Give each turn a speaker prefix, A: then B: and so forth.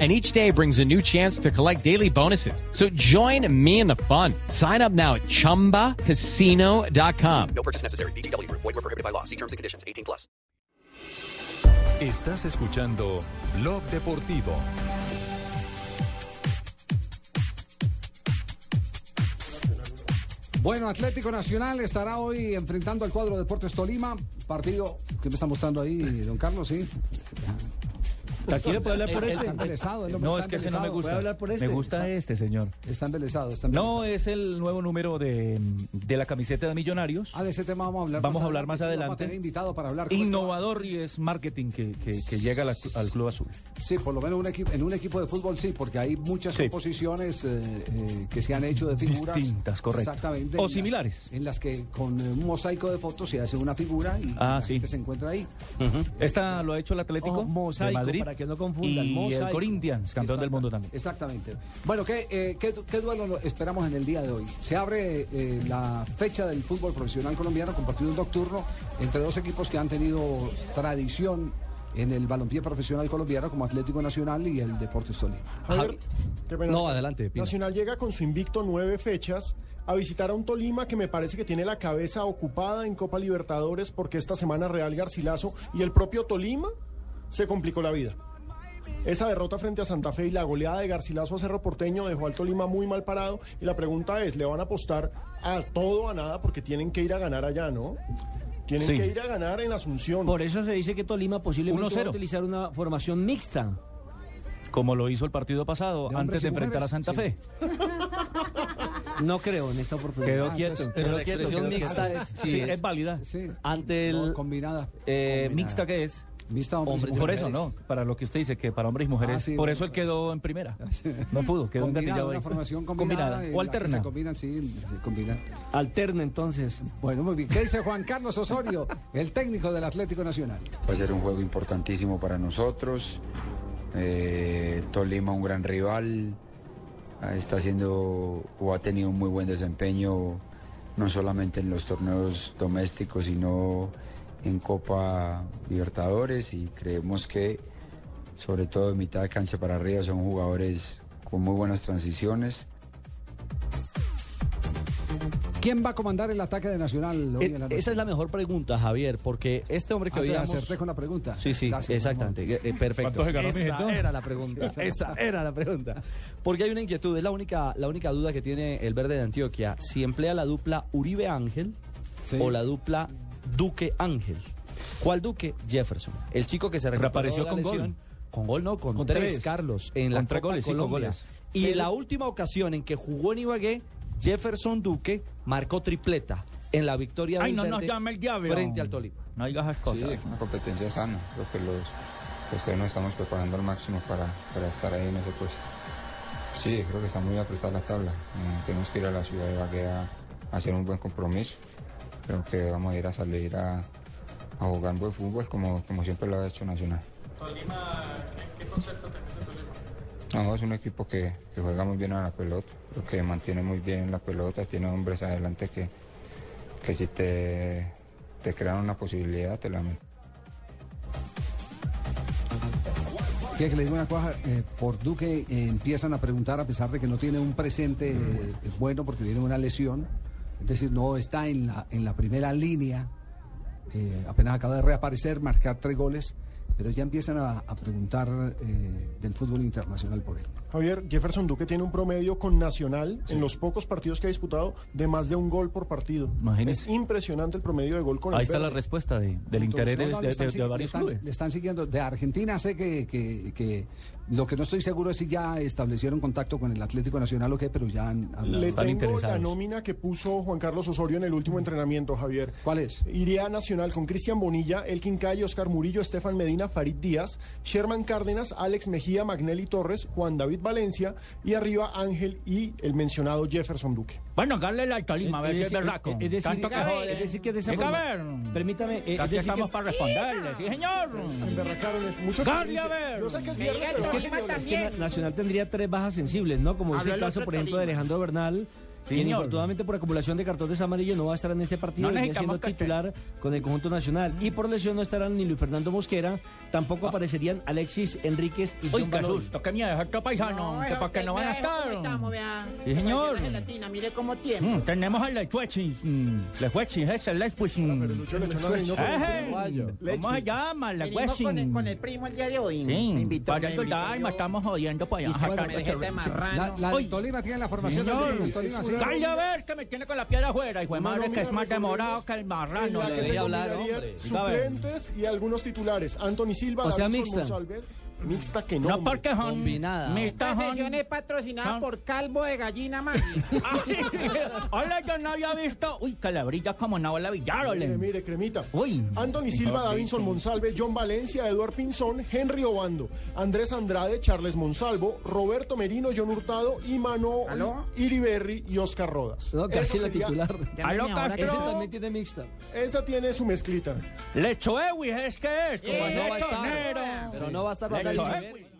A: and each day brings a new chance to collect daily bonuses. So join me in the fun. Sign up now at ChumbaCasino.com.
B: No purchase necessary. BGW. Void were prohibited by law. See terms and conditions. 18 plus.
C: Estás escuchando Blog Deportivo.
D: Bueno, Atlético Nacional estará hoy enfrentando al cuadro Deportes Tolima. Partido que me está mostrando ahí, don Carlos, sí.
E: Tranquilo, puede hablar por
D: Está
E: este.
D: embelesado, el hombre
E: No,
D: está
E: es que ese no me
D: embelesado.
E: gusta.
D: Puede eh, hablar por este.
E: Me gusta este, señor.
D: Está embelesado, está embelesado.
E: No, es el nuevo número de, de la camiseta de Millonarios.
D: Ah, de ese tema vamos a hablar
E: Vamos a hablar más
D: sí, Vamos a
E: adelante.
D: tener invitado para hablar. pues, ¿Cómo es que-
E: Innovador y es marketing que, que- que llega a la- al Club Azul.
D: Sí, por lo menos un equipo, en un equipo de fútbol sí, porque hay muchas
E: Sí.
D: composiciones eh, eh, que se han hecho de figuras.
E: Distintas, correcto.
D: Exactamente.
E: O
D: en las-
E: similares.
D: en las que con eh, un mosaico de fotos se hace una figura y
E: Ah,
D: la
E: sí.
D: gente se encuentra ahí.
E: Esta lo ha hecho el Atlético
F: Ojo, mosaico,
E: de Madrid
F: para que no confundan,
E: y
F: mosaico.
E: el Corinthians, campeón del
D: Exacta-
E: mundo también.
D: Exactamente. Bueno, ¿qué, eh, qué, qué duelo lo- esperamos en el día de hoy? Se abre eh, la fecha del fútbol profesional colombiano con partido nocturno entre dos equipos que han tenido tradición en el balompié profesional colombiano como Atlético Nacional y el Deportes Tolima.
G: Javier, qué pena.
F: No, adelante, Pino.
G: Nacional llega con su invicto nueve fechas a visitar a un Tolima que me parece que tiene la cabeza ocupada en Copa Libertadores porque esta semana Real Garcilaso y el propio Tolima se complicó la vida. Esa derrota frente a Santa Fe y la goleada de Garcilaso a Cerro Porteño dejó al Tolima muy mal parado y la pregunta es, ¿le van a apostar a todo o a nada? Porque tienen que ir a ganar allá, ¿no? Tienen
E: Sí.
G: que ir a ganar en Asunción.
F: Por eso se dice que Tolima posiblemente va
E: 1-0.
F: a utilizar una formación mixta.
E: Como lo hizo el partido pasado,
D: ¿De
E: antes
D: hombres y
E: de enfrentar a
D: mujeres?
E: Santa
D: Sí.
E: Fe.
F: No creo en esta
E: Quedó
F: oportunidad.
D: Ah,
E: quieto.
D: entonces,
E: quedó
H: la
E: quieto,
H: expresión
E: quedó
H: mixta
E: quieto.
H: es-
E: Sí,
H: sí,
E: es,
H: es-
E: válida.
D: Sí.
H: Ante
D: No,
H: el-
D: combinada.
E: Eh,
D: Combinada.
E: mixta que es.
D: Mixta hombres y
H: Hombres
E: Por
H: y
D: mujeres.
E: eso, no, para lo que usted dice, que para hombres y mujeres.
D: Ah, sí,
E: por
D: bueno,
E: eso él
D: claro.
E: quedó en primera. No pudo, quedó
D: Combinada,
E: engatillado
D: una
E: ahí.
D: formación combinada. en
E: o
D: la que
E: alterna.
D: Se combinan, sí, se combinan.
F: Alterna entonces.
D: Bueno, muy bien. ¿Qué dice Juan Carlos Osorio, el técnico del Atlético Nacional?
I: Va a ser un juego importantísimo para nosotros. Eh, Tolima, un gran rival, Ah, está haciendo o ha tenido un muy buen desempeño, no solamente en los torneos domésticos, sino en Copa Libertadores. Y creemos que, sobre todo de mitad de cancha para arriba, son jugadores con muy buenas transiciones.
D: ¿Quién va a comandar el ataque de Nacional hoy en la
H: Eh,
D: noche?
H: esa es la mejor pregunta, Javier, porque este hombre que
D: Ah, te
H: oíamos...
D: acerté con la pregunta.
H: Sí, sí,
D: Gracias,
H: exactamente. eh, eh, perfecto.
E: ¿Cuánto se ganó, mijito?
H: Esa era la pregunta. Esa era la pregunta. Porque hay una inquietud, es la única, la única duda que tiene el verde de Antioquia. Si emplea la dupla Uribe Ángel
D: Sí.
H: o la dupla Duque Ángel. ¿Cuál Duque? Jefferson. El chico que se recuperó
E: Reapareció
H: de la
E: con gol.
H: lesión. Con gol no, con,
E: Con
H: tres,
E: tres.
H: Carlos. En la
E: Con tres
H: Copa
E: goles, cinco
H: Colombia.
E: goles.
H: Y en la última ocasión en que jugó en Ibagué, Jefferson Duque marcó tripleta en la victoria
E: Ay,
H: del
E: no nos
H: Verde
E: llame el diablo.
H: frente al Tolima.
E: No digas esas
I: Sí,
E: cosas.
I: es una competencia sana. Creo que los, los tres nos estamos preparando al máximo para, para estar ahí en ese puesto. Sí, creo que está muy apretada la tabla. Eh, tenemos que ir a la ciudad de Ibagué a, a hacer un buen compromiso. Creo que vamos a ir a salir a, a jugar buen fútbol como, como siempre lo ha hecho Nacional. No, es un equipo que, que juega muy bien a la pelota, creo que mantiene muy bien la pelota, tiene hombres adelante que, que si te, te crean una posibilidad te la meten.
D: ¿Quiere que le diga una cosa? Eh, por Duque eh, empiezan a preguntar, a pesar de que no tiene un presente eh, bueno porque tiene una lesión, es decir, no está en la, en la primera línea, eh, apenas acaba de reaparecer, marcar tres goles, pero ya empiezan a, a preguntar eh, del fútbol internacional por él.
G: Javier, Jefferson Duque tiene un promedio con Nacional en los pocos partidos que ha disputado de más de un gol por partido.
E: Imagínese.
G: Es impresionante el promedio de gol con el
E: Ahí está la
G: verde.
E: respuesta de- del interés
D: No,
E: de,
D: no, le
E: de-
D: están
E: de- de
D: sigui- le
E: varios
D: están-
E: clubes.
D: le están siguiendo. De Argentina sé que, que- que lo que no estoy seguro es si ya establecieron contacto con el Atlético Nacional o qué, pero ya han hablado.
G: Le
E: Están
G: tengo la
E: interesados. Mm.
G: nómina que puso Juan Carlos Osorio en el último entrenamiento, Javier.
D: ¿Cuál es?
G: Iría a Nacional con Cristian Bonilla, Elkin Calle, Oscar Murillo, Estefan Medina, Medina, Farid Díaz, Sherman Cárdenas, Alex Mejía, Magnelli Torres, Juan David Valencia y arriba Ángel y el mencionado Jefferson Duque.
E: Bueno, darle la Tolima, a ver si es
H: decir,
E: berraco.
H: es decir,
E: Tanto que joden.
H: es decir, que de esa
E: Venga,
H: forma-
E: a ver.
H: Permítame, eh,
E: Que
H: es
E: Aquí
H: decir,
E: estamos
H: que-
E: para responderle, sí, señor.
G: Emberracaron es mucho
E: Carly,
G: capricho.
E: a ver.
G: Yo sé que es viernes, pero
H: Es que,
G: es que-
H: es que Na- Nacional tendría tres bajas sensibles, ¿no? Como es
E: Habló
H: el
E: el
H: caso,
E: otro
H: por ejemplo, de
E: Tolima.
H: Alejandro Bernal, quien
E: Señor.
H: infortunadamente por acumulación de cartones amarillos no va a estar en este partido,
E: No
H: y viene siendo
E: necesitamos cartel.
H: titular con el conjunto nacional. Y por lesión no estarán ni Luis Fernando Mosquera, tampoco aparecerían Alexis Enríquez y
E: Uy,
H: John
E: qué
H: Baloy.
E: susto, qué miedo, esto paisano. que ¿Por qué no van a estar? Sí, señor.
I: mire cómo tiene.
E: Mm, tenemos al Lechuechis. mm, Lechuechis, ese es
G: Pero
E: Lechuechis.
G: Lucho le echó una vino con-
E: ¿Cómo se llama?
I: Vinimos con el, con el
E: Lechuechis.
I: primo el día de hoy. Me
E: Sí,
I: invitó,
E: para
I: me
E: tu
I: invitó
E: alma,
I: yo.
E: estamos jodiendo para allá.
I: Bueno,
E: Jaca,
I: me dejé
E: chévere.
I: de marrano.
D: La, la
E: Uy.
D: del Tolima tiene la formación
E: Señor,
D: de los
G: es
D: Tolima, sí.
G: una-
E: Calla a ver que me tiene con la piedra afuera, hijo de
G: Una
E: madre, que
G: nómina,
E: es más
G: recordemos,
E: demorado que el
G: en
E: marrano.
G: la
J: le
G: que
J: debía
G: se
J: hablar,
G: combinarían
J: hombre.
G: Suplentes y algunos titulares. Anthony Silva,
H: O sea,
G: Davinson
H: mixta.
G: Monsalve, Mixta que no.
E: No
G: hombre.
E: porque son
J: Combinada.
E: mixtas,
I: Esta
E: son-
I: sesión es
E: son-
I: patrocinada por Calvo de Gallina Maggi.
E: Ay, Hola, yo no había visto. Uy, calabrilla como Naola Villar,
G: Mire,
E: ole.
G: mire, cremita.
E: Uy.
G: Anthony Silva, Davinson Monsalve, John Valencia, Eduard Pinzón, Henry Obando, Andrés Andrade, Charles Monsalvo, Roberto Merino, John Hurtado y Mano
I: ¿Aló?
G: Iriberri y Oscar Rodas.
H: No,
G: Esa
H: casi la
G: sería-
H: titular.
E: Aló,
H: Ese
E: Castro.
H: también tiene mixta.
G: Esa tiene su mezclita.
E: Lechoewis, es que es, como
I: Eh,
E: el
J: no va a estar.
E: lechonero.
J: Pero no va a estar, va a estar el
E: Lechoewis.